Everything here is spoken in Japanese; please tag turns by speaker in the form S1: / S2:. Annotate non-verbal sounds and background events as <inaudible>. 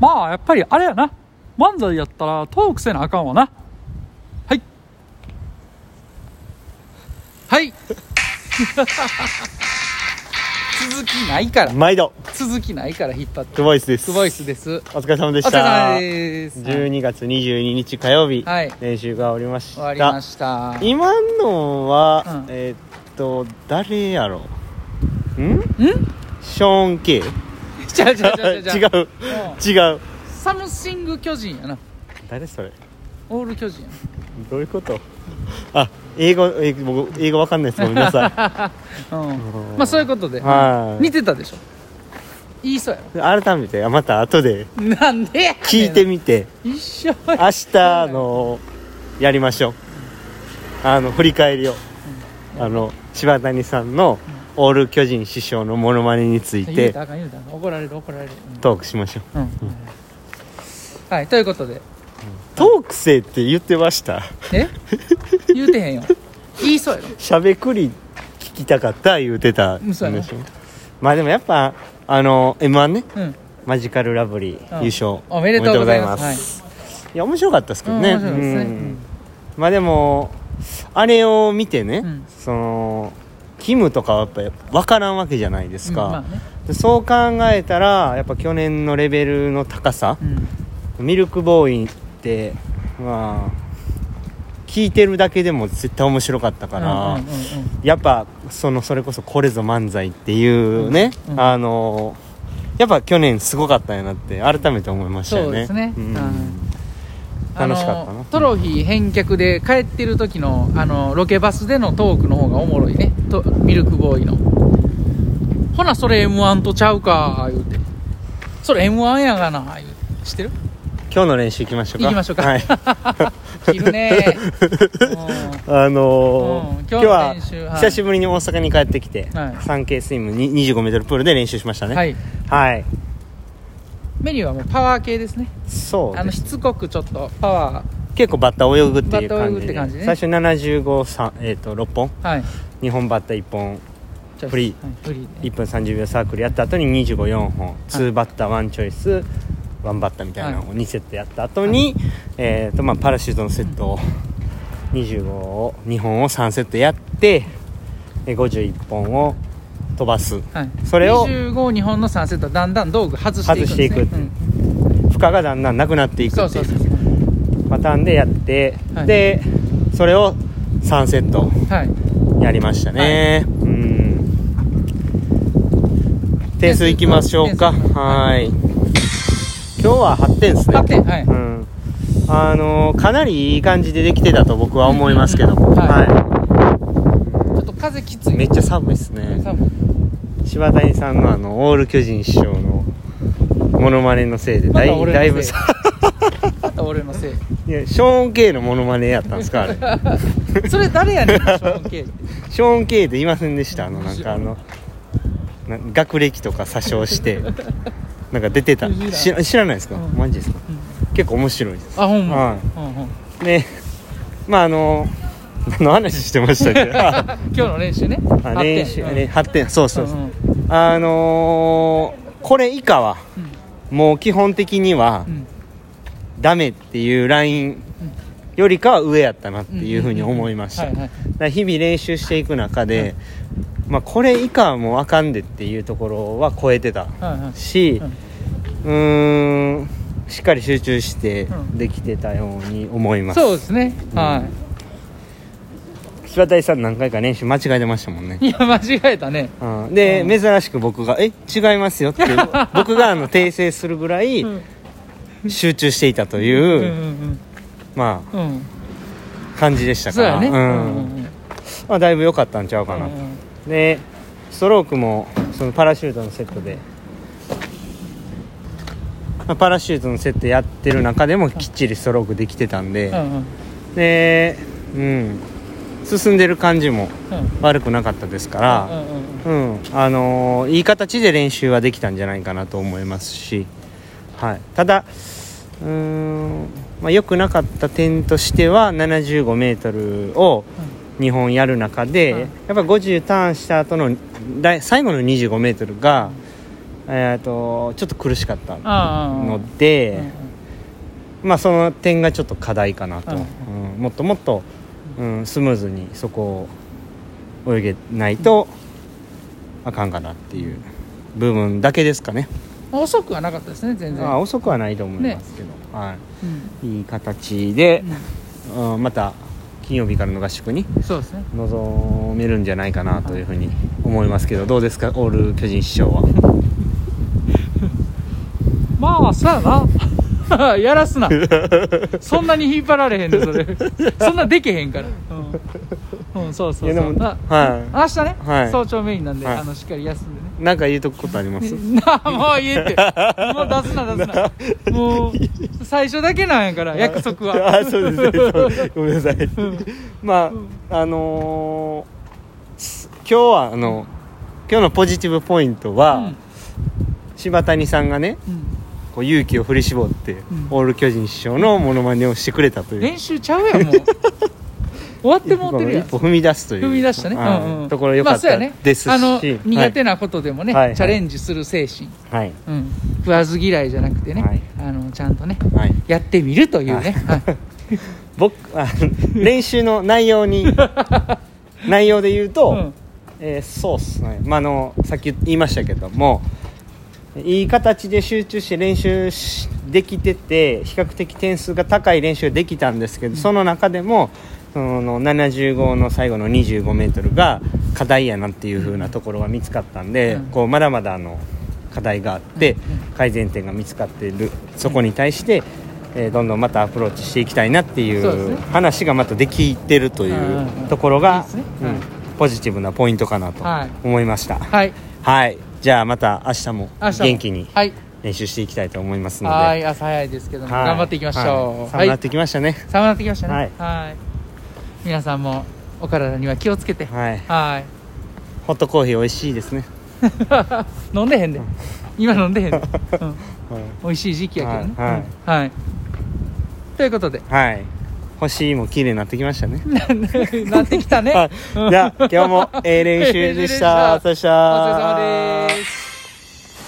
S1: まあやっぱりあれやな漫才やったらトークせなあかんわなはいはい続きないから
S2: 毎度
S1: 続きないから引っ張って
S2: クボイスです
S1: すごいっすです
S2: お疲れ様で
S1: お
S2: し
S1: 疲れ様
S2: た
S1: です
S2: 12月22日火曜日、
S1: はい
S2: 練習が終わりまし
S1: 終わ
S2: た
S1: りました
S2: 今のは、
S1: うん
S2: えーっと誰やろんショーン・ケイ
S1: 違う違う違う違う
S2: 違う <laughs> 違う
S1: サムシング巨人やな
S2: 誰それ
S1: オール巨人やな
S2: どういうことあ英語英語僕英語わかんないですごめんなさい
S1: <laughs> うんまあそういうことで
S2: はい
S1: 似てたでしょ言いそうや
S2: 改めてまた後で
S1: ろなんでやねん
S2: 聞いてみて
S1: 一緒
S2: 明日のやりましょうあの振り返りをあの柴谷さんのオール巨人師匠のモノマネについ
S1: 言う
S2: て
S1: たらあかん言うたらあかん怒られる怒られる
S2: トークしましょ
S1: う
S2: う
S1: ん、うんはいということで
S2: トークせって言ってました <laughs>
S1: え言うてへんよ言いそうやろ
S2: しゃべくり聞きたかった言うてたんでし
S1: そう
S2: ょ
S1: やな
S2: まあでもやっぱあの m 1ね
S1: うん
S2: マジカルラブリー
S1: うん
S2: 優勝
S1: おめでとうございます
S2: おめでとうございますいや面白かったですけどね
S1: うん面白いですね
S2: うん
S1: うん
S2: まあでもあれを見てね、
S1: うん
S2: そのキムとかはやっぱり分からんわけじゃないですか、
S1: うんまあね
S2: でそう考えたらやっぱ去年のレベルの高さ
S1: う、ん
S2: ミルクボーイってまあ聞いてるだけでも絶対面白かったから、
S1: うんうんうんうん
S2: やっぱそのそれこそこれぞ漫才っていうね、
S1: うんうん
S2: あのやっぱ去年すごかったんやなって改めて思いましたよね
S1: そうですね
S2: うん
S1: うん
S2: 楽しかったな
S1: あのトロフィー返却で帰ってる時のあのロケバスでのトークの方がおもろいねとミルクボーイのほなそれ m 1とちゃうか言うてそれ m 1やがな言うて知ってる
S2: 今日の練習行きましょうか
S1: 行きましょうか
S2: はい、
S1: 切る
S2: <laughs>
S1: ね
S2: あの
S1: うん
S2: ー、
S1: 今
S2: 今
S1: 日
S2: 日
S1: の
S2: は
S1: 練習はい
S2: 久しぶりに大阪に帰ってきて、
S1: はい
S2: 3K スイムに 25m プールで練習しました
S1: うん
S2: ね
S1: はい
S2: はい
S1: メニューはもうパワー系ですね
S2: そう
S1: あ
S2: で
S1: の
S2: す
S1: しつこくちょっとパワ
S2: 結構バッタ泳ぐっていう
S1: バッタ泳
S2: 感
S1: ぐっ
S2: じ
S1: て
S2: で
S1: 感じね
S2: 最初75さえー、と6本
S1: ーはい
S2: 2本バッタ1本
S1: ちょ
S2: フリー
S1: はいフリーね
S2: 1分30秒サークルやった後に254本2バッタ1チョイス1バッタみたいなのを2セットやった後に、えーとまあ、パラシュートのセットを25を2本を3セットやってえー51本を飛ばす
S1: はい
S2: それを
S1: 252本の3セットだんだん道具外していくんです、ね、
S2: 外していくって
S1: うん
S2: 負荷がだんだんなくなっていく
S1: そ
S2: っ
S1: う
S2: て
S1: そ
S2: いう
S1: そう
S2: う
S1: そう
S2: パターンでやって、
S1: はい
S2: でそれを3セット
S1: はい
S2: やりましたね、うん点数いきましょうか
S1: 点数いきます
S2: はい今日は8点ですね
S1: 8点はい
S2: うん、あのーかなりいい感じでできてたと僕は思いますけども、
S1: うんうんうんはい
S2: は
S1: ちょっと風きつい
S2: い、めっちゃ寒いですね
S1: 寒い
S2: 柴谷さんのあのオール巨人師匠のモノマネのせいでだい,、
S1: また俺のせい
S2: だいぶさ
S1: <laughs> また俺のせい
S2: いやショーン・ケイのモノマネやったんですかあれシ
S1: それ誰やねんショー
S2: <laughs>
S1: ン・ケイジ
S2: ョーン・ケイで言いませんでしたあのなんかあのな学歴とか詐称して
S1: <laughs>
S2: なんか出てた
S1: 知らん
S2: 知ら知らないですか、
S1: うん
S2: マジですか、結構面白いです
S1: あほんま、
S2: は
S1: う
S2: い
S1: んうん
S2: ねまああの何の話してましたっけ <laughs> あ
S1: <laughs> 今日の練習ね
S2: あ練習
S1: うん
S2: ね発展そうそうそううん
S1: うん
S2: あのーこれ以下はもう基本的には
S1: うん
S2: ダメっていうラインよりかは上やったなっていうふうに思いました
S1: は
S2: だ
S1: い
S2: か
S1: はい
S2: ら日々練習していく中で、まあ、これ以下はもうあかんでっていうところは超えてた
S1: はいはい
S2: しうーんしっかり集中して
S1: うん
S2: できてたように思います、
S1: そうですね、は
S2: 柴谷さん何回か練習間違えてましたもんね
S1: いいや間違えたね
S2: うんで、
S1: うん
S2: 珍しく僕が「え違いますよ」って
S1: <laughs>
S2: 僕があの訂正するぐらい
S1: うん
S2: 集中していたというう、
S1: んうん
S2: ま
S1: うんうん
S2: あ感じでした
S1: そう
S2: から
S1: やね
S2: ん
S1: うんうん
S2: まあ、だいぶ良かったんちゃうかな、
S1: うん
S2: でストロークもそのパラシュートのセットで、まあ、パラシュートのセットやってる中でもきっちりストロークできてたんで、
S1: うんうん
S2: でうん進んでる感じも
S1: うん
S2: 悪くなかったですから、
S1: うんうんうん
S2: うん、あのーいい形で練習はできたんじゃないかなと思いますし、はい、ただ、うーんまあ、良くなかった点としては 75m を2本やる中で、
S1: うん
S2: やっぱ50ターンした後のライ最後の 25m がえー、とちょっと苦しかった
S1: ああ
S2: の
S1: あ
S2: で、まあ、その点がちょっと課題かなと、
S1: う
S2: うんんもっともっと、うん、スムーズにそこを泳げないとあかんかなっていう部分だけですかね、
S1: あ遅くはなかったですね全然
S2: まあ、遅くはないと思いますけど、は
S1: うん
S2: い、いい形で、
S1: う
S2: うんまた金曜日からの合宿に
S1: んそうですね
S2: 臨めるんじゃないかなというふうに思いますけどどうですかオール巨人師匠は
S1: まあさあな <laughs> やらす
S2: <laughs>
S1: なそんなに引っ張られへんでそれそんなでけへんからうん、うん、そうそう
S2: いや
S1: そ
S2: で
S1: う
S2: も
S1: あ
S2: は
S1: 明日ね、
S2: はい
S1: 早朝メインなんで、
S2: はい
S1: あのしっかり休んでね
S2: いなんか言うとくことあります
S1: なあもう言えってもう出すな
S2: <laughs>
S1: 出すなもう最初だけなんやから約束は
S2: <laughs> あそうですねそうごめんなさい
S1: うん
S2: まああのーす今日はあの今日のポジティブポイントは、
S1: うん
S2: 柴谷さんがね
S1: うん
S2: こう勇気を振り絞って、
S1: ん
S2: オール巨人師匠のモノマネをしてくれたという
S1: 練習ちゃう
S2: <laughs>
S1: やんもう終わってもうてるやん
S2: 一歩踏み出すという
S1: 踏み出したね、
S2: はい
S1: うんうん、
S2: ところ良かっ
S1: まあ
S2: た
S1: そうやね
S2: ですし、
S1: あの
S2: はい
S1: 苦手なことでもね、
S2: はいはい
S1: チャレンジする精神、
S2: はい
S1: うん、食わず嫌いじゃなくてね、
S2: はい
S1: あのちゃんとね
S2: はい
S1: やってみるというね、はい
S2: 僕あの練習の内
S1: <laughs>
S2: 容に内容で言うと、
S1: うん
S2: えーそうっすね、まあ、あのさっき言いましたけどもいい形で集中して練習しできてて比較的点数が高い練習ができたんですけど、その中でもその75の最後の2 5メートルが課題やなっていう風なところが見つかったんで、
S1: うん
S2: こうまだまだあの課題があって、改善点が見つかっているそこに対して、えーどんどんまたアプローチしていきたいなってい
S1: そうですね
S2: う話がまたできてるとい
S1: うんうん
S2: う
S1: うん
S2: ところが、
S1: いいですねはい
S2: うんポジティブなポイントかなと
S1: はい
S2: 思いましたはい、 <laughs>
S1: はい
S2: じゃあまた明日も
S1: 明日も
S2: 元気に
S1: はい
S2: 練習していきたいと思いますので
S1: はい朝早いですけども、
S2: はい
S1: 頑張っていきましょ
S2: はいう寒くなってきましたね
S1: 寒くなってきましたねは
S2: はいい
S1: 皆さんもお体には気をつけては
S2: はい、
S1: い <laughs>
S2: ホットコーヒー美味しいですね、
S1: 飲んでへんで今飲んでへん
S2: <laughs>
S1: で、うん、美味しい時期やけどね
S2: はいは
S1: う
S2: い
S1: んはいということで
S2: はい、はい、星も綺麗になってきましたね
S1: なってきたね <laughs>
S2: はいじゃあ今日もええ練習でした
S1: お疲れ様です